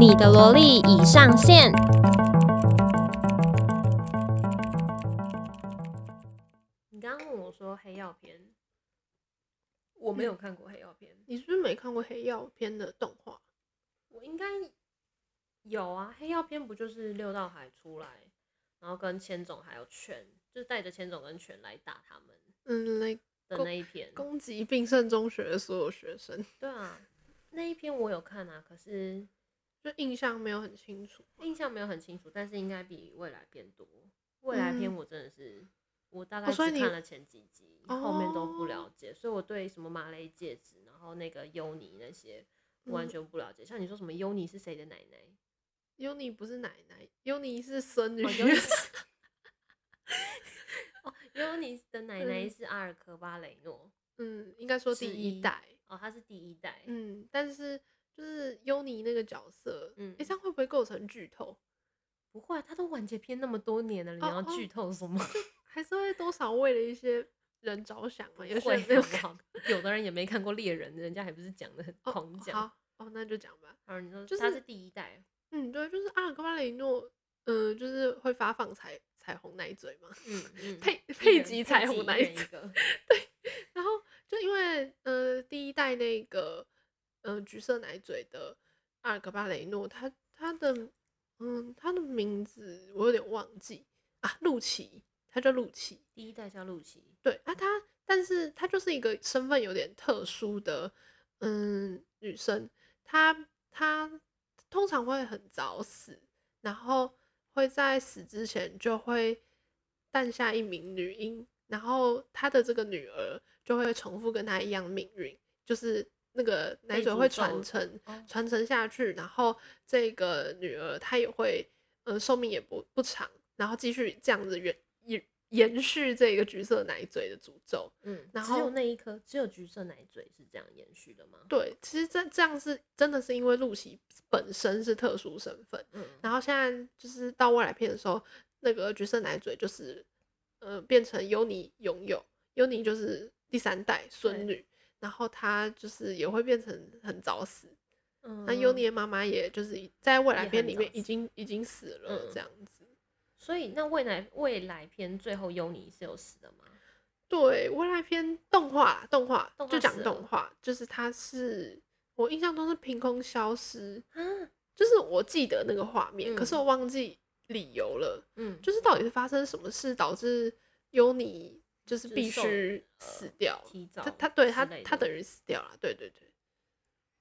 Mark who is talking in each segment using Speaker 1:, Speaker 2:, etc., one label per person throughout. Speaker 1: 你的萝莉已上线。
Speaker 2: 你刚刚问我说黑曜片，我没有看过黑曜片，
Speaker 3: 你是不是没看过黑曜片的动画？
Speaker 2: 我应该有啊。黑曜片不就是六道海出来，然后跟千总还有犬，就是带着千总跟犬来打他们
Speaker 3: 嗯，来
Speaker 2: 的
Speaker 3: 攻
Speaker 2: 那一篇。
Speaker 3: 攻击并盛中学的所有学生，
Speaker 2: 对啊，那一篇我有看啊，可是
Speaker 3: 就印象没有很清楚。
Speaker 2: 印象没有很清楚，但是应该比未来片多。未来篇
Speaker 3: 嗯
Speaker 2: 我真的是，我大概
Speaker 3: 哦
Speaker 2: 只
Speaker 3: 所以你
Speaker 2: 看了前几集，后面都不
Speaker 3: 哦
Speaker 2: 了解，所以我对什么马雷戒指，然后那个优尼那些完
Speaker 3: 嗯
Speaker 2: 全不了解。像你说什么优尼是谁的奶奶？
Speaker 3: 尤尼不是奶奶，尤尼是孙女。
Speaker 2: 哦尤尼哦，尤尼的奶奶
Speaker 3: 嗯
Speaker 2: 是阿尔科巴雷诺，
Speaker 3: 嗯，应该说第
Speaker 2: 之
Speaker 3: 一
Speaker 2: 一
Speaker 3: 代。
Speaker 2: 哦，她是第一代。
Speaker 3: 嗯，但是就是尤尼那个角色，
Speaker 2: 嗯
Speaker 3: 诶，这样会不会构成剧透？
Speaker 2: 不会啊，她都完结篇那么多年了，你
Speaker 3: 哦
Speaker 2: 要
Speaker 3: 哦
Speaker 2: 剧透什么？
Speaker 3: 还是会多少为了一些人着想嘛？有些
Speaker 2: 会
Speaker 3: 人没有
Speaker 2: 好不
Speaker 3: 看
Speaker 2: 好？有的人也没看过猎人，人家还不是讲的很
Speaker 3: 哦
Speaker 2: 狂讲。
Speaker 3: 好哦，那就讲吧。
Speaker 2: 然后你说
Speaker 3: 就
Speaker 2: 他
Speaker 3: 是
Speaker 2: 是第一 代，
Speaker 3: 嗯，对，就是阿尔戈巴雷诺，嗯、就是会发放彩彩虹奶嘴嘛。
Speaker 2: 嗯嗯，
Speaker 3: 佩
Speaker 2: 一
Speaker 3: 佩
Speaker 2: 人
Speaker 3: 吉彩虹
Speaker 2: 一
Speaker 3: 奶
Speaker 2: 人一
Speaker 3: 嘴
Speaker 2: 个，
Speaker 3: 然后就因为呃第一代那个呃橘色奶嘴的阿尔戈巴雷诺，他他的嗯他的名字我有点忘记啊，露琪，他叫露琪，
Speaker 2: 第一代叫露琪，
Speaker 3: 对啊他，但是他就是一个身份有点特殊的嗯女生，她她通常会很早死，然后会在死之前就会诞下一名女婴，然后她的这个女儿就会重复跟她一样命运，就是那个奶
Speaker 2: 被
Speaker 3: 嘴
Speaker 2: 诅
Speaker 3: 会
Speaker 2: 咒
Speaker 3: 传承
Speaker 2: 哦
Speaker 3: 传承下去，然后这个女儿她也会呃寿命也不不长，然后继续这样子延延延续这个橘色奶嘴的诅咒。
Speaker 2: 嗯，
Speaker 3: 然
Speaker 2: 只有
Speaker 3: 后
Speaker 2: 那一颗，只有橘色奶嘴是这样延续的吗？
Speaker 3: 对，其实这这样是真的是因为露西本身是特殊身份，
Speaker 2: 嗯，
Speaker 3: 然后现在就是到未来片的时候，那个橘色奶嘴就是，呃，变成尤尼拥有，尤尼就是第三代孙
Speaker 2: 对
Speaker 3: 女，然后她就是也会变成很早死。
Speaker 2: 嗯
Speaker 3: 那尤尼的妈妈也就是在未来
Speaker 2: 也
Speaker 3: 片
Speaker 2: 很
Speaker 3: 里
Speaker 2: 早
Speaker 3: 面已
Speaker 2: 死
Speaker 3: 经已经死了
Speaker 2: 嗯
Speaker 3: 这样子。
Speaker 2: 所以那未来未来篇最后尤尼是有死的吗？
Speaker 3: 对，未来片动画啦动画
Speaker 2: 动
Speaker 3: 就
Speaker 2: 画
Speaker 3: 讲
Speaker 2: 死
Speaker 3: 动
Speaker 2: 了
Speaker 3: 画，就是它是我印象中是凭空消失，
Speaker 2: 啊，
Speaker 3: 就是我记得那个画面，可
Speaker 2: 嗯
Speaker 3: 是我忘记理由了。
Speaker 2: 嗯，
Speaker 3: 就是到底是发生什么事导致尤尼就
Speaker 2: 就
Speaker 3: 是
Speaker 2: 是
Speaker 3: 必
Speaker 2: 受
Speaker 3: 须
Speaker 2: 呃
Speaker 3: 死掉？
Speaker 2: 提早
Speaker 3: 他他对
Speaker 2: 之
Speaker 3: 他
Speaker 2: 类
Speaker 3: 他
Speaker 2: 的
Speaker 3: 等于死掉了，对对对，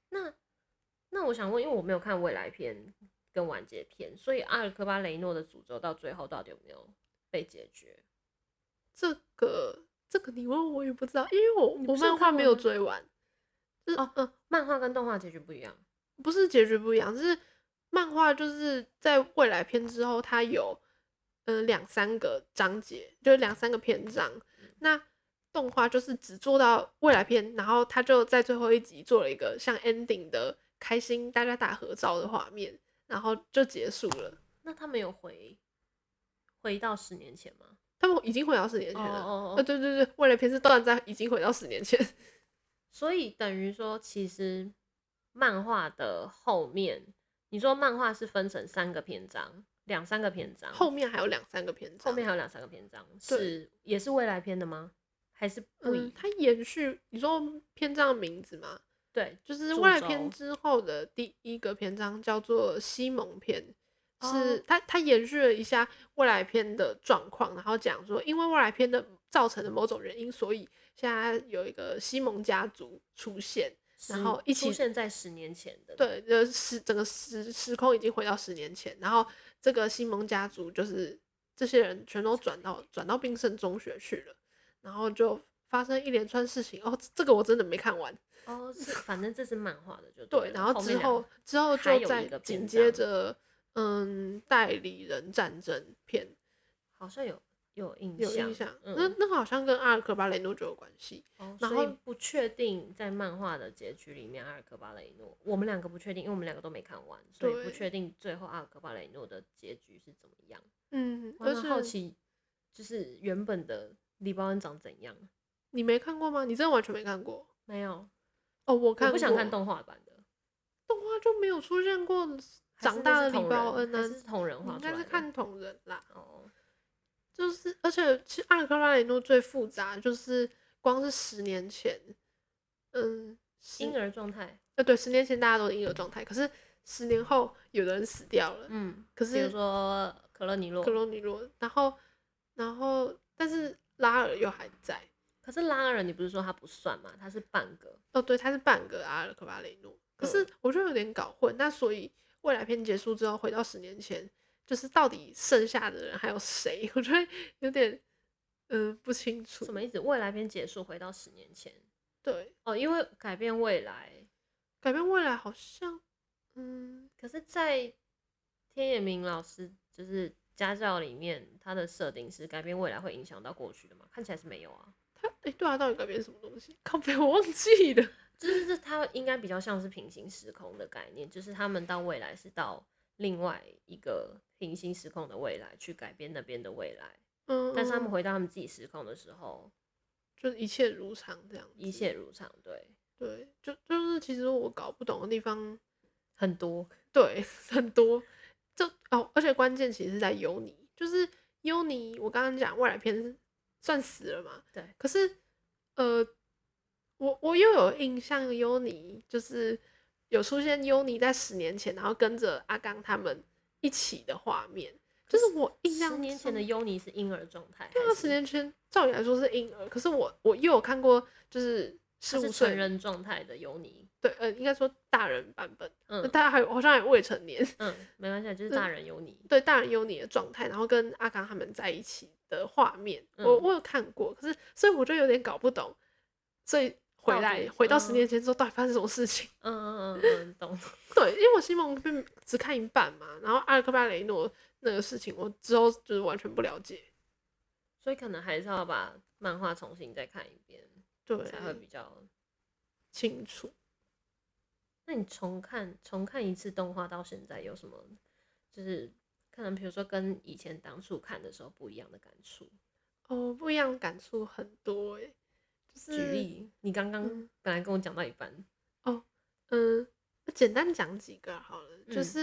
Speaker 2: 那那我想问，因为我没有看未来篇跟完结篇，所以阿尔科巴雷诺的诅咒到最后到底有没有被解决？
Speaker 3: 这个这个你问我也不知道，因为我
Speaker 2: 你
Speaker 3: 我
Speaker 2: 不是有
Speaker 3: 漫画
Speaker 2: 看
Speaker 3: 没
Speaker 2: 完
Speaker 3: 有
Speaker 2: 吗
Speaker 3: 追完，就是
Speaker 2: 哦
Speaker 3: 嗯，
Speaker 2: 漫画跟动画结局不一样，
Speaker 3: 不是结局不一样，是漫画就是在未来篇之后，它有嗯、呃两三个章节，就是两三个篇章。
Speaker 2: 嗯
Speaker 3: 那动画就是只做到未来篇，然后他就在最后一集做了一个像 ending 的开心大家打合照的画面，然后就结束了。
Speaker 2: 那他们有回回到十年前吗？
Speaker 3: 他们已经回到十年前了。
Speaker 2: 哦哦
Speaker 3: 呃，对对对，未来篇是断在已经回到十年前。
Speaker 2: 所以等于说，其实漫画的后面，你说漫画是分成三个篇章，两三个篇章，
Speaker 3: 后面还有两三个篇章。
Speaker 2: 哦后面还有两三个篇章
Speaker 3: 对
Speaker 2: 是也是未来篇的吗？还是不一？
Speaker 3: 嗯，它延续你说篇章的名字吗？
Speaker 2: 对，
Speaker 3: 就是
Speaker 2: 主
Speaker 3: 未来
Speaker 2: 轴
Speaker 3: 篇之后的第一个篇章叫做西蒙篇，
Speaker 2: 哦
Speaker 3: 是它它延续了一下未来篇的状况，然后讲说因为未来篇的造成的某种原因，所以现在有一个西蒙家族出现，然
Speaker 2: 十
Speaker 3: 后一
Speaker 2: 出
Speaker 3: 起
Speaker 2: 现在十年前的，，
Speaker 3: 对，呃时整个时时空已经回到十年前，然后这个西蒙家族就是这些人全都转到转到冰胜中学去了，然后就发生一连串事情哦，这这个我真的没看完。
Speaker 2: 哦，是反正这是漫画的就
Speaker 3: 对，
Speaker 2: 了
Speaker 3: 然后
Speaker 2: 面
Speaker 3: 之
Speaker 2: 两
Speaker 3: 后之后
Speaker 2: 还
Speaker 3: 就
Speaker 2: 有
Speaker 3: 在
Speaker 2: 一个
Speaker 3: 紧
Speaker 2: 篇
Speaker 3: 接
Speaker 2: 章
Speaker 3: 着，嗯，代理人战争片
Speaker 2: 好像有有印
Speaker 3: 有
Speaker 2: 象，
Speaker 3: 印象，那
Speaker 2: 嗯，
Speaker 3: 那个好像跟阿尔科巴雷诺就有关系。
Speaker 2: 哦
Speaker 3: 然
Speaker 2: 所以
Speaker 3: 后
Speaker 2: 不确定在漫画的结局里面，阿尔科巴雷诺，我们两个不确定，因为我们两个都没看完，所以不
Speaker 3: 对
Speaker 2: 确定最后阿尔科巴雷诺的结局是怎么样。
Speaker 3: 嗯，
Speaker 2: 我
Speaker 3: 而
Speaker 2: 蛮好
Speaker 3: 且
Speaker 2: 奇，就是原本的李包恩长怎样？
Speaker 3: 你没看过吗？你真的完全没看过？
Speaker 2: 没有，
Speaker 3: 哦，我
Speaker 2: 我
Speaker 3: 看
Speaker 2: 不想看
Speaker 3: 过
Speaker 2: 动画版的。
Speaker 3: 动画就没有出现过
Speaker 2: 还
Speaker 3: 长
Speaker 2: 是那
Speaker 3: 大
Speaker 2: 是
Speaker 3: 的李
Speaker 2: 同人
Speaker 3: 包恩呢
Speaker 2: 还是同人
Speaker 3: 你
Speaker 2: 画
Speaker 3: 应
Speaker 2: 出来
Speaker 3: 该
Speaker 2: 的，
Speaker 3: 是看同人啦。
Speaker 2: 哦，
Speaker 3: 就是，而且其实阿尔克拉里诺最复杂，就是光是十年前，嗯，十
Speaker 2: 婴儿状态，
Speaker 3: 呃对，十年前大家都是婴儿状态，可是十年后有的人死掉了，
Speaker 2: 嗯，
Speaker 3: 可
Speaker 2: 比如
Speaker 3: 呃是
Speaker 2: 说可乐尼洛
Speaker 3: 克，罗尼罗，然后然后但是拉尔又还在，
Speaker 2: 可是拉尔你不是说他不算吗？他是半个，
Speaker 3: 哦，对，他是半个阿尔克巴雷诺，可是
Speaker 2: 嗯
Speaker 3: 我就有点搞混。那所以未来篇结束之后，回到十年前，就是到底剩下的人还有谁？ 我就会有点嗯、不清楚
Speaker 2: 什。么意思？未来篇结束，回到十年前
Speaker 3: 对，
Speaker 2: 哦，因为改变未来，
Speaker 3: 改变未来好像嗯，
Speaker 2: 可是，在天野明老师就是家教里面，他的设定是改变未来会影响到过去的嘛？看起来是没有啊，
Speaker 3: 他哎、对啊，到底改变什么东西？ 靠北，我忘记了。
Speaker 2: 就是这它应该比较像是平行时空的概念，就是他们到未来是到另外一个平行时空的未来去改变那边的未来，
Speaker 3: 嗯，
Speaker 2: 但是他们
Speaker 3: 嗯
Speaker 2: 回到他们自己时空的时候，
Speaker 3: 就是一切如常这样子。
Speaker 2: 一切如常，对，
Speaker 3: 对，就就是其实我搞不懂的地方，
Speaker 2: 很多，
Speaker 3: 对， 很多。就哦，而且关键其实是在尤尼，就是尤尼，我刚刚讲未来篇是算死了嘛？
Speaker 2: 对。
Speaker 3: 可是，呃，我我又有印象，尤尼就是有出现尤尼在十年前，然后跟着阿刚他们一起的画面，就是我印象
Speaker 2: 十年前
Speaker 3: 中
Speaker 2: 的优尼是婴儿状态，
Speaker 3: 对
Speaker 2: 还
Speaker 3: 啊，
Speaker 2: 是
Speaker 3: 十年前照理来说是婴儿，可是我我又有看过，就是十
Speaker 2: 他
Speaker 3: 五
Speaker 2: 是
Speaker 3: 岁
Speaker 2: 成人状态的优尼，
Speaker 3: 对，呃，应该说大人版本，
Speaker 2: 嗯
Speaker 3: 大家还有好像还有未成年，
Speaker 2: 嗯，没关系啊，就是
Speaker 3: 呃对
Speaker 2: 大人有你，
Speaker 3: 对大人有你的状态，然后跟阿刚他们在一起的画面，我
Speaker 2: 嗯
Speaker 3: 我有看过，可是所以我就有点搞不懂，所以回
Speaker 2: 到
Speaker 3: 来
Speaker 2: 底
Speaker 3: 回到十
Speaker 2: 嗯
Speaker 3: 年前之后到底发生什么事情？
Speaker 2: 嗯嗯嗯嗯，懂，
Speaker 3: 对，因为我西蒙并只看一半嘛，然后阿尔克巴雷诺那个事情我之后就是完全不了解，
Speaker 2: 所以可能还是要把漫画重新再看一遍，
Speaker 3: 对，
Speaker 2: 才会比较。
Speaker 3: 清楚。
Speaker 2: 那你重看重看一次动画到现在有什么，就是可能比如说跟以前当初看的时候不一样的感触？
Speaker 3: 哦，不一样的感触很多诶，就是
Speaker 2: 举例，你刚刚
Speaker 3: 嗯
Speaker 2: 本来跟我讲到一半，
Speaker 3: 嗯，简单讲几个好了，就
Speaker 2: 嗯
Speaker 3: 是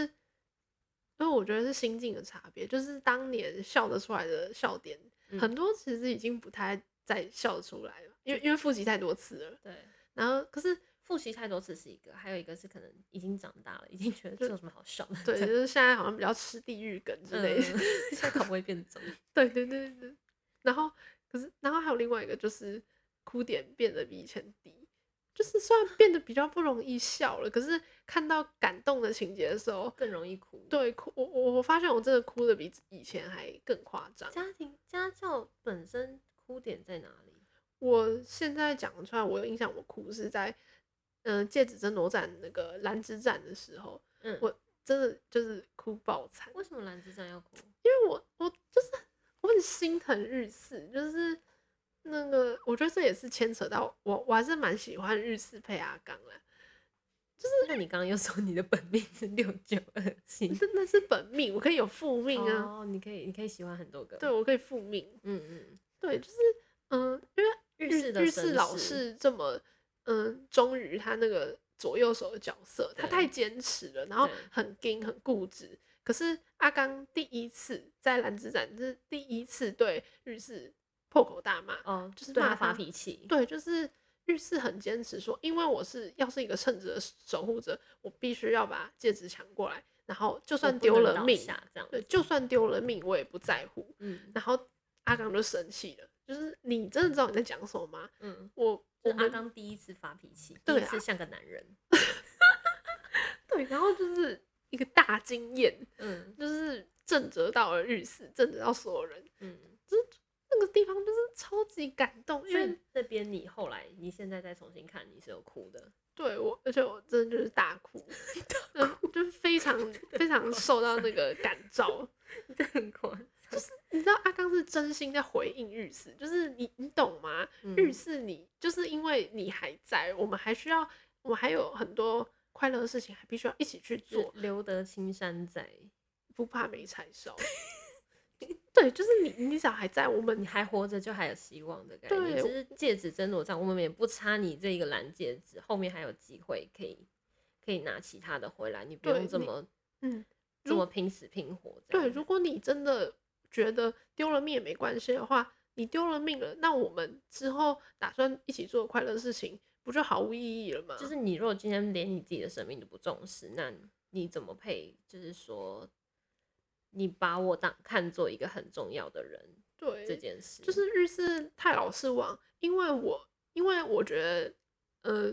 Speaker 3: 因为我觉得是心境的差别，就是当年笑得出来的笑点，
Speaker 2: 嗯
Speaker 3: 很多其实已经不太再笑得出来了，因为因为复习太多次了。
Speaker 2: 对，
Speaker 3: 然后可是
Speaker 2: 复习太多次是一个，还有一个是可能已经长大了，已经觉得这有什么好笑的，
Speaker 3: 对，就是现在好像比较吃地域梗 之
Speaker 2: 嗯
Speaker 3: 类的。
Speaker 2: 现在可不会变种，
Speaker 3: 对对对对。然后可是然后还有另外一个就是哭点变得比以前低，就是虽然变得比较不容易笑了，可是看到感动的情节的时候，
Speaker 2: 更容易哭。，
Speaker 3: 对，哭我我我发现我真的哭的比以前还更夸张。
Speaker 2: 家庭家教本身哭点在哪里？
Speaker 3: 我现在讲出来，我有印象，我哭是在嗯、呃戒指争夺战那个兰芝战的时候，
Speaker 2: 嗯，
Speaker 3: 我真的就是哭爆惨，
Speaker 2: 为什么兰芝站要哭？
Speaker 3: 因为我我就是我很心疼日式，就是那个我觉得这也是牵扯到我我还是蛮喜欢日式配阿刚啦，
Speaker 2: 那你刚刚又说你的本命是六九二七，
Speaker 3: 真的是本命，我可以有复命啊，
Speaker 2: 哦，你可以你可以喜欢很多个，
Speaker 3: 对我可以复命，
Speaker 2: 嗯嗯，
Speaker 3: 对，就是嗯、因为
Speaker 2: 日
Speaker 3: 日
Speaker 2: 式的
Speaker 3: 日
Speaker 2: 绅
Speaker 3: 式老
Speaker 2: 士，
Speaker 3: 是这么嗯忠于他那个左右手的角色，他
Speaker 2: 对
Speaker 3: 太坚持了，然后
Speaker 2: 对
Speaker 3: 很硬很固执。可是阿刚第一次在兰芝展，这是第一次对日式破口大骂，
Speaker 2: 哦，
Speaker 3: 就是
Speaker 2: 对
Speaker 3: 骂
Speaker 2: 他发
Speaker 3: 他
Speaker 2: 脾气，
Speaker 3: 对，就是日式很坚持说，因为我是要是一个称职的守护者，我必须要把戒指抢过来，然后
Speaker 2: 就
Speaker 3: 就算丢了命，
Speaker 2: 这样
Speaker 3: 对，
Speaker 2: 子，
Speaker 3: 就算丢了命我也不在乎。
Speaker 2: 嗯
Speaker 3: 然后阿刚就生气了，就是你真的知道你在讲什么吗？
Speaker 2: 嗯，
Speaker 3: 我
Speaker 2: 就是
Speaker 3: 我
Speaker 2: 阿
Speaker 3: 们
Speaker 2: 刚第一次发脾气，第
Speaker 3: 对
Speaker 2: 一次
Speaker 3: 啊
Speaker 2: 像个男人，
Speaker 3: 对，然后就是一个大经验，
Speaker 2: 嗯
Speaker 3: 就是震折到了日式，震折到所有人。
Speaker 2: 嗯，
Speaker 3: 那个地方就是超级感动，因
Speaker 2: 所
Speaker 3: 为
Speaker 2: 以那边你后来你现在再重新看，你是有哭的，
Speaker 3: 对我，而且我真的就是大 哭，嗯，就是非常非常受到那个感召。
Speaker 2: 这很夸张，
Speaker 3: 你知道阿刚是真心在回应日式，就是你你懂吗？日
Speaker 2: 嗯
Speaker 3: 式你就是因为你还在，我们还需要，我们还有很多快乐的事情，还必须要一起去做
Speaker 2: 就。留得青山在，
Speaker 3: 不怕没柴烧。对，就是你，你只要还在，我们
Speaker 2: 你还活着就还有希望的概念。
Speaker 3: 对
Speaker 2: 就是戒指争夺战，我们也不差你这一个蓝戒指，后面还有机会可以可以拿其他的回来，你不
Speaker 3: 对
Speaker 2: 用这
Speaker 3: 你
Speaker 2: 么
Speaker 3: 嗯，
Speaker 2: 这么拼死拼活这样。
Speaker 3: 对，如果你真的觉得丢了命也没关系的话，你丢了命了，那我们之后打算一起做的快乐事情，不就毫无意义了吗？
Speaker 2: 就是你如果今天连你自己的生命都不重视，那你怎么配？就是说，你把我当看作一个很重要的人这
Speaker 3: 对，
Speaker 2: 件事，
Speaker 3: 就是日式太老是王，因为我因为我觉得，呃，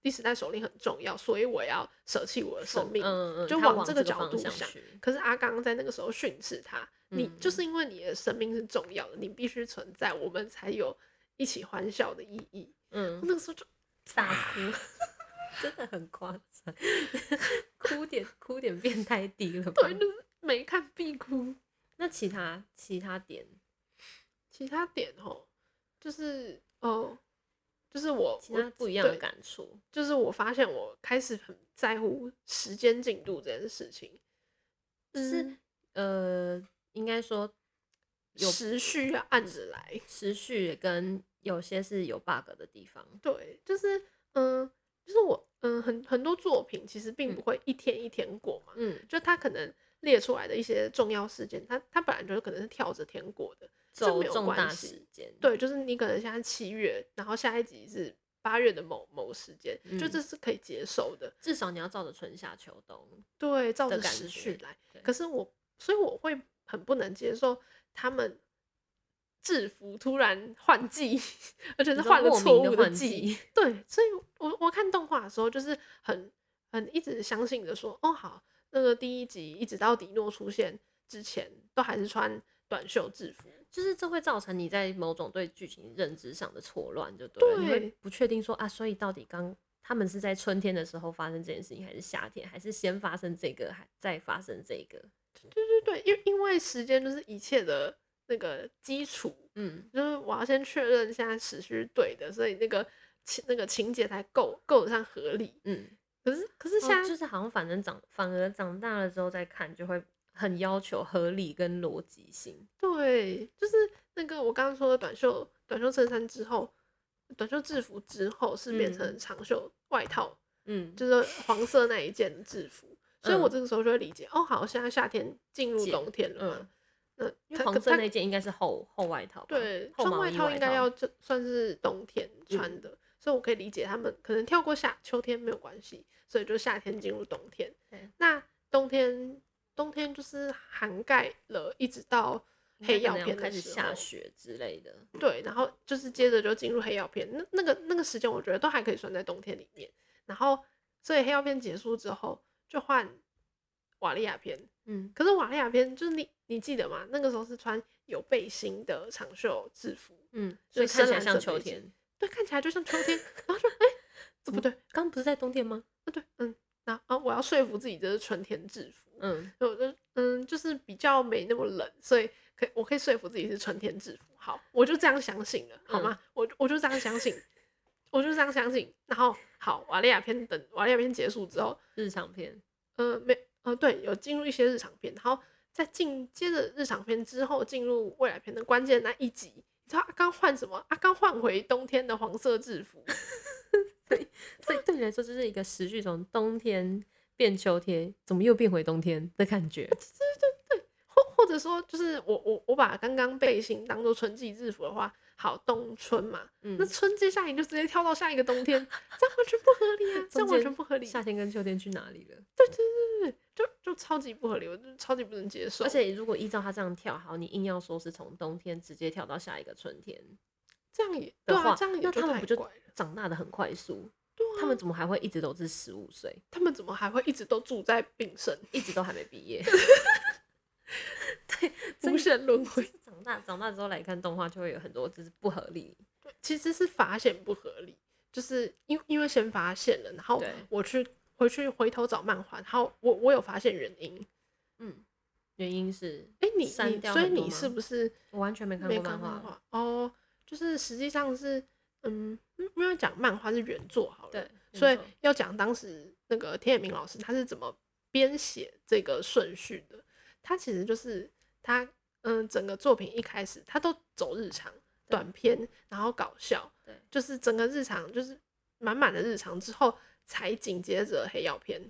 Speaker 3: 第十代首领很重要，所以我要舍弃我的生命。
Speaker 2: 嗯嗯，
Speaker 3: 就
Speaker 2: 他
Speaker 3: 往
Speaker 2: 往
Speaker 3: 这
Speaker 2: 个
Speaker 3: 个角
Speaker 2: 方
Speaker 3: 度
Speaker 2: 向
Speaker 3: 想
Speaker 2: 去
Speaker 3: 可是阿刚在那个时候训斥他，你
Speaker 2: 嗯
Speaker 3: 就是因为你的生命是重要的，你必须存在，我们才有一起欢笑的意义。
Speaker 2: 嗯，
Speaker 3: 那个时候就
Speaker 2: 大哭，真的很夸张，哭点哭点变太低了吧？
Speaker 3: 对，就是没看必哭。
Speaker 2: 那其他其他点，
Speaker 3: 其他点哦，就是哦，就是我
Speaker 2: 其他
Speaker 3: 我
Speaker 2: 不一样的
Speaker 3: 对
Speaker 2: 感触，
Speaker 3: 就是我发现我开始很在乎时间进度这件事情，
Speaker 2: 是
Speaker 3: 嗯
Speaker 2: 呃，应该说有
Speaker 3: 时序要按着来。
Speaker 2: 持续跟有些是有 bug 的地方，
Speaker 3: 对，就是嗯，就是我嗯，很很多作品其实并
Speaker 2: 嗯
Speaker 3: 不会一天一天过嘛，
Speaker 2: 嗯，
Speaker 3: 就它可能列出来的一些重要事件，它它本来就是可能是跳着天过的。这
Speaker 2: 走
Speaker 3: 没有
Speaker 2: 重
Speaker 3: 关
Speaker 2: 大
Speaker 3: 系
Speaker 2: 时间，
Speaker 3: 对，就是你可能现在七月，然后下一集是八月的某某时间，就
Speaker 2: 嗯
Speaker 3: 这是可以接受的。
Speaker 2: 至少你要照着春夏秋冬，
Speaker 3: 对，照
Speaker 2: 的
Speaker 3: 着
Speaker 2: 感
Speaker 3: 时序
Speaker 2: 觉
Speaker 3: 来
Speaker 2: 对。
Speaker 3: 可是我，所以我会很不能接受他们制服突然换季，而且
Speaker 2: 你
Speaker 3: 是
Speaker 2: 知道
Speaker 3: 换了
Speaker 2: 莫
Speaker 3: 错
Speaker 2: 名
Speaker 3: 误
Speaker 2: 的换
Speaker 3: 季。
Speaker 2: 季，
Speaker 3: 对，所以我我看动画的时候，就是很很一直相信的说，哦好，那个第一集一直到迪诺出现之前，都还是穿短袖制服。
Speaker 2: 就是这会造成你在某种对剧情认知上的错乱，就对了，你会
Speaker 3: 对
Speaker 2: 不确定说啊，所以到底刚他们是在春天的时候发生这件事情，还是夏天，还是先发生这个，还再发生这个，
Speaker 3: 对对对，因因为时间就是一切的那个基础。
Speaker 2: 嗯，
Speaker 3: 就是我要先确认现在时序是对的，所以那个情那个情节才够够得上合理。
Speaker 2: 嗯，
Speaker 3: 可是可是现
Speaker 2: 哦
Speaker 3: 在、
Speaker 2: 就是好像反正长反而长大了之后再看，就会很要求合理跟逻辑性。
Speaker 3: 对，就是那个我刚刚说的短袖短袖衬衫之后，短袖制服之后是变成
Speaker 2: 嗯
Speaker 3: 长袖外套，
Speaker 2: 嗯，
Speaker 3: 就是黄色那一件的制服。所以我
Speaker 2: 嗯
Speaker 3: 这个时候就会理解，哦，好，现在夏天进入
Speaker 2: 解
Speaker 3: 冬天了嘛
Speaker 2: 嗯。因
Speaker 3: 那
Speaker 2: 为
Speaker 3: 它
Speaker 2: 黄
Speaker 3: 可
Speaker 2: 色
Speaker 3: 它
Speaker 2: 那件应该是厚厚外套吧，
Speaker 3: 对，
Speaker 2: 厚
Speaker 3: 穿
Speaker 2: 毛
Speaker 3: 外
Speaker 2: 衣
Speaker 3: 套应该
Speaker 2: 外
Speaker 3: 要就算是冬天穿
Speaker 2: 嗯
Speaker 3: 的，所以我可以理解他们可能跳过夏秋天没有关系，所以就夏天进入冬天
Speaker 2: 对。
Speaker 3: 那冬天冬天就是涵盖了一直到
Speaker 2: 应该
Speaker 3: 黑
Speaker 2: 可
Speaker 3: 曜
Speaker 2: 能要
Speaker 3: 片的
Speaker 2: 开始
Speaker 3: 时
Speaker 2: 下
Speaker 3: 候
Speaker 2: 雪之类的，
Speaker 3: 对，然后就是接着就进入黑曜片，那那个那个时间我觉得都还可以算在冬天里面。然后所以黑曜片结束之后就换瓦利亚片，
Speaker 2: 嗯，
Speaker 3: 可是瓦利亚片就是你你记得吗？那个时候是穿有背心的长袖制服。
Speaker 2: 嗯，所
Speaker 3: 就
Speaker 2: 以看
Speaker 3: 深
Speaker 2: 起来
Speaker 3: 蓝
Speaker 2: 像
Speaker 3: 色
Speaker 2: 秋
Speaker 3: 背景
Speaker 2: 天。
Speaker 3: 对，看起来就像秋天。然后说，哎、这不对，
Speaker 2: 刚不是在冬天吗？
Speaker 3: 不对，嗯，然后啊，我要说服自己这是春天制服，
Speaker 2: 嗯，
Speaker 3: 所以我就嗯，就是比较没那么冷，所以可以我可以说服自己是春天制服。好，我就这样相信了，好吗？我我就这样相信，我就这样相信。然后好，瓦利亚篇等瓦利亚篇结束之后，
Speaker 2: 日常片。
Speaker 3: 呃，没，呃，对，有进入一些日常片，然后在进接着日常片之后，进入未来片的关键那一集，你知道阿刚换什么？阿刚换回冬天的黄色制服。
Speaker 2: 所以对你来说，就是一个时序从冬天变秋天，怎么又变回冬天的感觉？
Speaker 3: 或或者说，就是我我我把刚刚背心当做春季制服的话，好冬春嘛，
Speaker 2: 嗯
Speaker 3: 那春接下来你就直接跳到下一个冬天，这样完全不合理啊，
Speaker 2: 中
Speaker 3: 这样完
Speaker 2: 间
Speaker 3: 全不合理，
Speaker 2: 夏天跟秋天去哪里了？
Speaker 3: 对，就就超级不合理，我就超级不能接受。
Speaker 2: 而且如果依照他这样跳，好，你硬要说是从冬天直接跳到下一个春天
Speaker 3: 这样也对
Speaker 2: 的话，
Speaker 3: 啊，这样也
Speaker 2: 那
Speaker 3: 就
Speaker 2: 他们
Speaker 3: 太
Speaker 2: 不就
Speaker 3: 怪了。
Speaker 2: 长大的很快速？
Speaker 3: 对啊，
Speaker 2: 他们怎么还会一直都是十五岁，
Speaker 3: 他们怎么还会一直都住在丙申，
Speaker 2: 一直都还没毕 业？
Speaker 3: 无限轮回？
Speaker 2: 长大长大之后来看动画，就会有很多就是不合理。
Speaker 3: 其实是发现不合理，就是因因为先发现了，然后
Speaker 2: 对
Speaker 3: 我去回去回头找漫画，然后我我有发现原因。
Speaker 2: 嗯，原因是
Speaker 3: 哎、你
Speaker 2: 删
Speaker 3: 你
Speaker 2: 掉
Speaker 3: 所以
Speaker 2: 很多
Speaker 3: 你是
Speaker 2: 吗
Speaker 3: 不是
Speaker 2: 我完全没看
Speaker 3: 没
Speaker 2: 过
Speaker 3: 看
Speaker 2: 漫
Speaker 3: 漫
Speaker 2: 画。
Speaker 3: 画哦，就是实际上是，嗯，因为讲漫画是原作好了，
Speaker 2: 对
Speaker 3: 所
Speaker 2: 原
Speaker 3: 以
Speaker 2: 作
Speaker 3: 要讲当时那个田野明老师他是怎么编写这个顺序的。他其实就是他，嗯，整个作品一开始他都走日常短篇，然后搞笑，
Speaker 2: 对
Speaker 3: 就是整个日常就是满满的日常之后，才紧接着黑曜篇。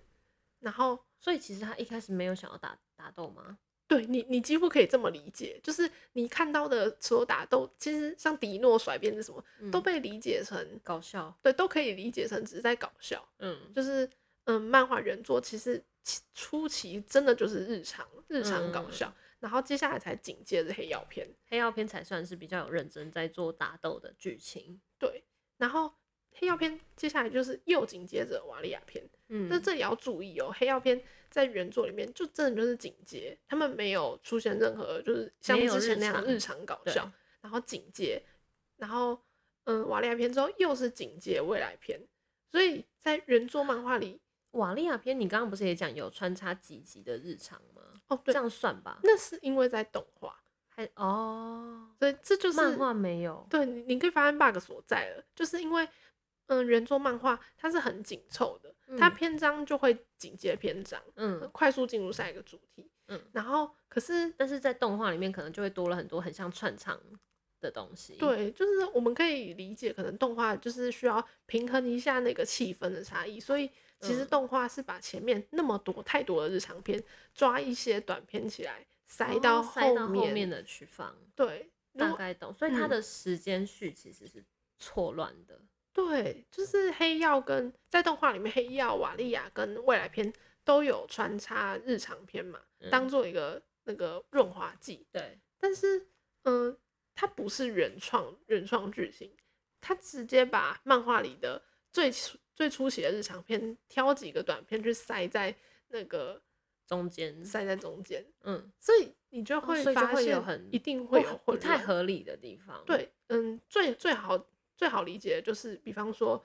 Speaker 3: 然后
Speaker 2: 所以其实他一开始没有想要打打斗吗？
Speaker 3: 对你，你几乎可以这么理解，就是你看到的所有打斗，其实像迪诺甩鞭子什么，
Speaker 2: 嗯
Speaker 3: 都被理解成、
Speaker 2: 搞笑，
Speaker 3: 对，都可以理解成只是在搞笑。
Speaker 2: 嗯，
Speaker 3: 就是嗯，漫画原作其实其初期真的就是日常日常搞
Speaker 2: 嗯
Speaker 3: 笑，然后接下来才紧接着黑曜片。
Speaker 2: 黑曜片才算是比较有认真在做打斗的剧情。
Speaker 3: 对，然后黑曜片接下来就是又紧接着瓦利亚片，
Speaker 2: 嗯，
Speaker 3: 那这里要注意哦，黑曜片在原作里面就真的就是紧接，他们没有出现任何就是像
Speaker 2: 没有
Speaker 3: 之前
Speaker 2: 日
Speaker 3: 那样
Speaker 2: 常
Speaker 3: 日常搞
Speaker 2: 对
Speaker 3: 笑，然后紧接，然后嗯瓦利亚片之后又是紧接未来片，所以在原作漫画里，
Speaker 2: 瓦利亚篇，你刚刚不是也讲有穿插几集的日常吗？
Speaker 3: 哦
Speaker 2: 这
Speaker 3: 对，
Speaker 2: 样算吧？
Speaker 3: 那是因为在动画，
Speaker 2: 还哦，
Speaker 3: 所以这就是
Speaker 2: 漫画没有，
Speaker 3: 对你你可以发现 bug 所在了，就是因为嗯原作漫画它是很紧凑的，它
Speaker 2: 嗯
Speaker 3: 篇章就会紧接篇章，
Speaker 2: 嗯
Speaker 3: 快速进入下一个主题，
Speaker 2: 嗯，
Speaker 3: 然后可是
Speaker 2: 但是在动画里面可能就会多了很多很像串场的东西。，
Speaker 3: 对，就是我们可以理解，可能动画就是需要平衡一下那个气氛的差异，所以其实
Speaker 2: 嗯
Speaker 3: 动画是把前面那么多太多的日常片抓一些短片起来塞到
Speaker 2: 哦塞到
Speaker 3: 面，
Speaker 2: 后面的去放，
Speaker 3: 对，如
Speaker 2: 大
Speaker 3: 果
Speaker 2: 概懂。所以它
Speaker 3: 嗯
Speaker 2: 的时间序其实是错乱的。
Speaker 3: 对，就是黑曜跟在动画里面黑曜、瓦利亚跟未来篇都有穿插日常片嘛，当
Speaker 2: 嗯
Speaker 3: 做一个那个润滑剂，
Speaker 2: 对，
Speaker 3: 但是，嗯，它不是原创原创剧情，它直接把漫画里的最初最出奇的日常片挑几个短片去塞在那个
Speaker 2: 中间
Speaker 3: 塞在中间，
Speaker 2: 嗯，
Speaker 3: 所以你就
Speaker 2: 哦
Speaker 3: 会
Speaker 2: 所以就
Speaker 3: 发
Speaker 2: 会有
Speaker 3: 现
Speaker 2: 很
Speaker 3: 一定会
Speaker 2: 不
Speaker 3: 有
Speaker 2: 不
Speaker 3: 混
Speaker 2: 太
Speaker 3: 乱
Speaker 2: 合理的地方。，
Speaker 3: 对，嗯，最最好最好理解的就是，比方说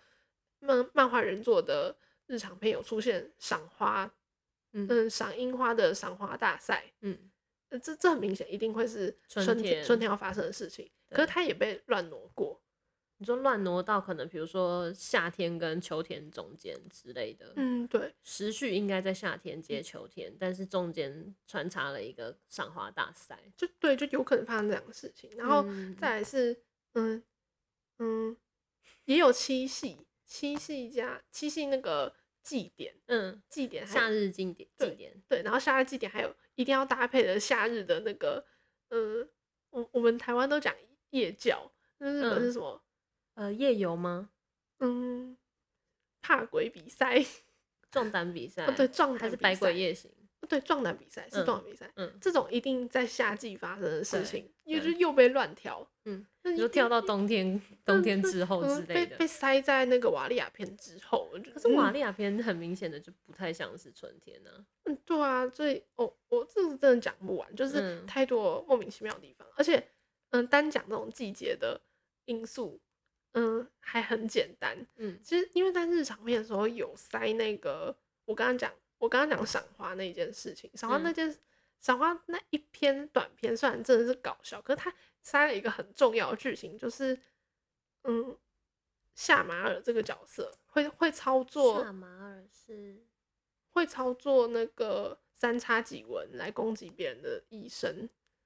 Speaker 3: 漫漫画人作的日常片有出现赏花，
Speaker 2: 嗯
Speaker 3: 嗯，赏樱花的赏花大赛，
Speaker 2: 嗯，
Speaker 3: 呃这这很明显一定会是
Speaker 2: 春
Speaker 3: 春天春
Speaker 2: 天
Speaker 3: 天要发生的事情。可
Speaker 2: 对
Speaker 3: 是它也被乱挪过，
Speaker 2: 你说乱挪到可能比如说夏天跟秋天中间之类的，
Speaker 3: 嗯，对
Speaker 2: 时序应该在夏天接秋天，但是中间穿插了一个赏花大赛。
Speaker 3: 就对，就有可能发生这样的事情。然后
Speaker 2: 嗯
Speaker 3: 再来是，嗯嗯也有七夕，七夕加七夕那个祭典，
Speaker 2: 嗯，
Speaker 3: 祭典还有
Speaker 2: 夏日经典
Speaker 3: 对
Speaker 2: 祭典，
Speaker 3: 对，然后夏日祭典还有一定要搭配的夏日的那个，嗯，我我们台湾都讲夜教，那日本
Speaker 2: 嗯
Speaker 3: 是什么？
Speaker 2: 呃，夜游吗？
Speaker 3: 嗯，怕鬼比赛，
Speaker 2: 壮胆比赛、
Speaker 3: 哦对，壮胆
Speaker 2: 嗯还是
Speaker 3: 比
Speaker 2: 百
Speaker 3: 赛哦
Speaker 2: 鬼夜行？
Speaker 3: 对，壮胆比赛是
Speaker 2: 嗯
Speaker 3: 壮胆比赛，
Speaker 2: 嗯，
Speaker 3: 这种一定在夏季发生的事
Speaker 2: 对
Speaker 3: 情，又就
Speaker 2: 对
Speaker 3: 又被乱调，
Speaker 2: 嗯，
Speaker 3: 那
Speaker 2: 你
Speaker 3: 一
Speaker 2: 说
Speaker 3: 定
Speaker 2: 跳到冬天，冬天
Speaker 3: 嗯
Speaker 2: 之后
Speaker 3: 嗯
Speaker 2: 之类
Speaker 3: 被被
Speaker 2: 的。
Speaker 3: 塞在那个瓦利亚片之后，我就
Speaker 2: 可是瓦
Speaker 3: 嗯
Speaker 2: 利亚篇很明显的就不太像是春天呢、
Speaker 3: 嗯，对啊，所以我我这个真的讲不完，就是
Speaker 2: 嗯
Speaker 3: 太多莫名其妙的地方，而且嗯，单讲这种季节的因素，嗯，还很简单。
Speaker 2: 嗯
Speaker 3: 其实因为在日常片的时候有塞那个，我刚刚讲，我刚刚讲赏花那一件事情，赏花那
Speaker 2: 嗯
Speaker 3: 件赏花那一篇短片虽然真的是搞笑，可是它塞了一个很重要的剧情，就是嗯，夏马尔这个角色会会操作
Speaker 2: 马尔是
Speaker 3: 会操作那个三叉戟文来攻击别人的医生，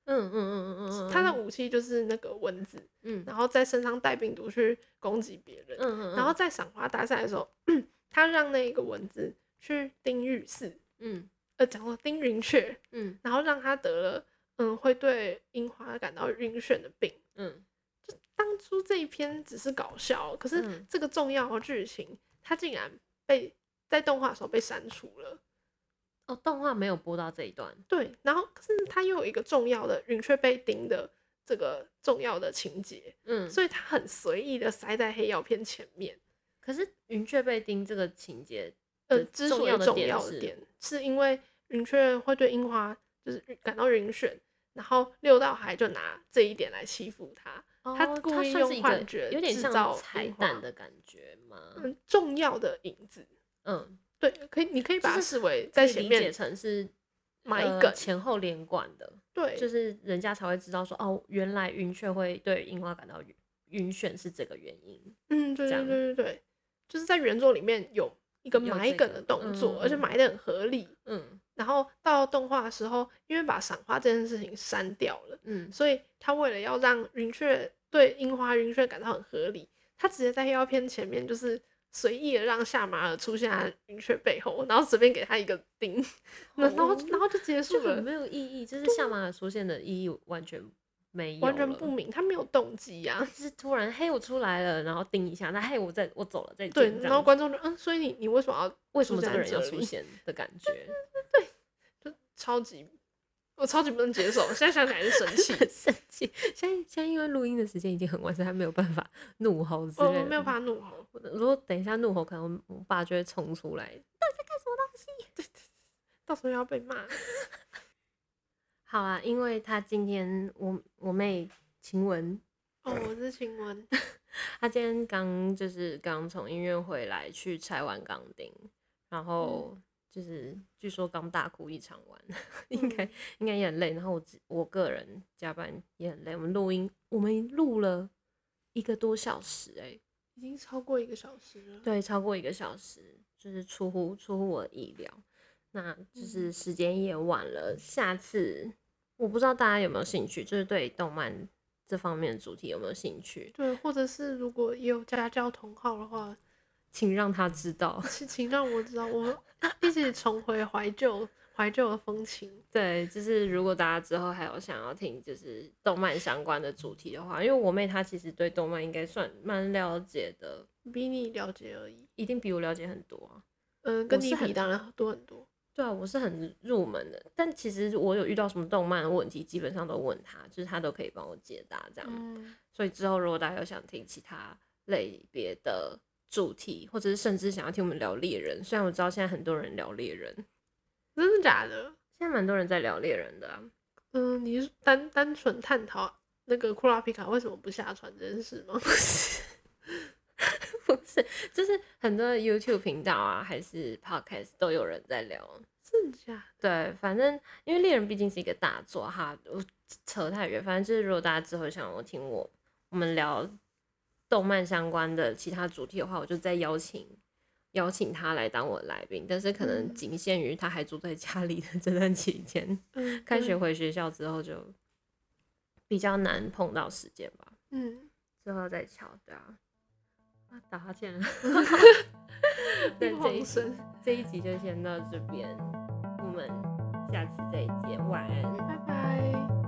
Speaker 2: 嗯嗯嗯嗯嗯，
Speaker 3: 他的武器就是那个蚊子，
Speaker 2: 嗯嗯
Speaker 3: 然后在身上带病毒去攻击别人。
Speaker 2: 嗯，
Speaker 3: 然后在赏花大赛的时候， 他让那个蚊子去叮玉寺，
Speaker 2: 嗯
Speaker 3: 呃，讲说叮云雀，
Speaker 2: 嗯
Speaker 3: 然后让他得了嗯会对樱花感到晕眩的病。
Speaker 2: 嗯
Speaker 3: 当初这一篇只是搞笑，哦可是
Speaker 2: 嗯
Speaker 3: 这个重要的剧情，它竟然被在动画的时候被删除了。
Speaker 2: 哦，动画没有播到这一段，
Speaker 3: 对，然后可是它又有一个重要的云雀被叮的这个重要的情节，
Speaker 2: 嗯，
Speaker 3: 所以它很随意的塞在黑曜片前面。
Speaker 2: 可是云雀被叮这个情节，
Speaker 3: 呃，
Speaker 2: 的
Speaker 3: 之
Speaker 2: 重
Speaker 3: 所以
Speaker 2: 要的
Speaker 3: 重
Speaker 2: 点
Speaker 3: 要的
Speaker 2: 是
Speaker 3: 点，是因为云雀会对樱花就是感到晕眩，然后六道海就拿这一点来欺负他。
Speaker 2: 哦
Speaker 3: 他
Speaker 2: 它
Speaker 3: 故意
Speaker 2: 算是
Speaker 3: 用
Speaker 2: 一
Speaker 3: 幻
Speaker 2: 个
Speaker 3: 觉
Speaker 2: 有点
Speaker 3: 制
Speaker 2: 像
Speaker 3: 造
Speaker 2: 彩
Speaker 3: 樱花
Speaker 2: 蛋的感觉嘛，
Speaker 3: 嗯，重要的影子，
Speaker 2: 嗯，
Speaker 3: 对，可以，你可以把它
Speaker 2: 就是
Speaker 3: 视为
Speaker 2: 可
Speaker 3: 在
Speaker 2: 以
Speaker 3: 前
Speaker 2: 理解
Speaker 3: 面
Speaker 2: 成是
Speaker 3: 埋
Speaker 2: 呃
Speaker 3: 梗，
Speaker 2: 前后连贯的，
Speaker 3: 对，
Speaker 2: 就是人家才会知道说哦，原来云雀会对樱花感到晕晕眩是这个原因。
Speaker 3: 嗯，对
Speaker 2: 这
Speaker 3: 对
Speaker 2: 样
Speaker 3: 对对对，就是在原作里面有一个
Speaker 2: 有
Speaker 3: 埋
Speaker 2: 这
Speaker 3: 梗
Speaker 2: 个
Speaker 3: 的动作，
Speaker 2: 嗯
Speaker 3: 而且
Speaker 2: 嗯
Speaker 3: 埋的很合理。
Speaker 2: 嗯
Speaker 3: 然后到动画的时候，因为把赏花这件事情删掉了，
Speaker 2: 嗯，
Speaker 3: 所以他为了要让云雀对樱花云雀感到很合理，他直接在黑曜片前面就是随意的让夏马尔出现在云雀背后，然后随便给他一个钉，然后然后就结束
Speaker 2: 哦就很
Speaker 3: 了，
Speaker 2: 没有意义，就是下马尔出现的意义完全没有，
Speaker 3: 啊完全不，明，他没有动 机呀、
Speaker 2: 就是突然嘿我出来了，然后叮一下，那嘿我再我走了再见，
Speaker 3: 对，
Speaker 2: 这
Speaker 3: 然
Speaker 2: 样
Speaker 3: 后
Speaker 2: 子
Speaker 3: 观众就嗯，所以你你为什么要
Speaker 2: 为什么
Speaker 3: 出
Speaker 2: 这
Speaker 3: 现
Speaker 2: 个
Speaker 3: 在
Speaker 2: 人要
Speaker 3: 这
Speaker 2: 出
Speaker 3: 里
Speaker 2: 现的感 觉，，
Speaker 3: 超级，我超级不能接受，现在想起来是生 气
Speaker 2: 很生气。现在现在因为录音的时间已经很晚，所以他没有办法 怒吼之
Speaker 3: 我
Speaker 2: 类的。
Speaker 3: 我没有办法怒吼，
Speaker 2: 我如果等一下怒吼，可能我我爸就会冲出来。
Speaker 3: 到时候又要被骂。
Speaker 2: 好啊，因为他今天我我妹晴雯，
Speaker 3: 哦，我是晴雯，
Speaker 2: 她今天刚就是刚从音乐会来，去拆完钢钉，
Speaker 3: 嗯
Speaker 2: 然后就是据说刚大哭一场完， 应该
Speaker 3: 嗯
Speaker 2: 应该也很累。然后我自我个人加班也很累，我们录音我们录了一个多小时哎、
Speaker 3: 已经超过一个小时了。
Speaker 2: 对，超过一个小时，就是出乎出乎我的意料。那就是
Speaker 3: 嗯
Speaker 2: 时间也晚了，下次我不知道大家有没有兴趣，就是对动漫这方面的主题有没有兴趣，
Speaker 3: 对，或者是如果也有家教同号的话，
Speaker 2: 请让他知道。
Speaker 3: 请请让我知道，我们一起重回怀旧怀旧的风情。
Speaker 2: 对，就是如果大家之后还有想要听就是动漫相关的主题的话，因为我妹她其实对动漫应该算蛮了解的，
Speaker 3: 比你了解而已，
Speaker 2: 一定比我了解很多啊。
Speaker 3: 嗯，跟
Speaker 2: 我
Speaker 3: 你
Speaker 2: 是
Speaker 3: 比
Speaker 2: 很
Speaker 3: 当然多很多。
Speaker 2: 对啊，我是很入门的，但其实我有遇到什么动漫的问题，基本上都问她，就是她都可以帮我解答这样。
Speaker 3: 嗯，
Speaker 2: 所以之后如果大家有想听其他类别的主题，或者是甚至想要听我们聊猎人，虽然我知道现在很多人聊猎人，
Speaker 3: 真的假的？
Speaker 2: 现在蛮多人在聊猎人的、啊，
Speaker 3: 嗯，你是单单纯探讨那个库拉皮卡为什么不下船这件事吗？
Speaker 2: 不是，就是很多 YouTube 频道啊，还是 Podcast 都有人在聊。
Speaker 3: 真的假
Speaker 2: 对，反正因为猎人毕竟是一个大作哈，我扯太远。反正就是如果大家之后想要听我我们聊动漫相关的其他主题的话，我就再邀请邀请他来当我的来宾，但是可能
Speaker 3: 嗯
Speaker 2: 仅限于他还住在家里的这段期间。
Speaker 3: 的？嗯，
Speaker 2: 开学
Speaker 3: 对，
Speaker 2: 回学校之后就比较难碰到时间吧，
Speaker 3: 嗯，
Speaker 2: 之后再敲对啊。啊，打哈欠了。 对，这一
Speaker 3: 黄生，
Speaker 2: 这一集就先到这边，我们下次再见，晚安。
Speaker 3: 拜拜。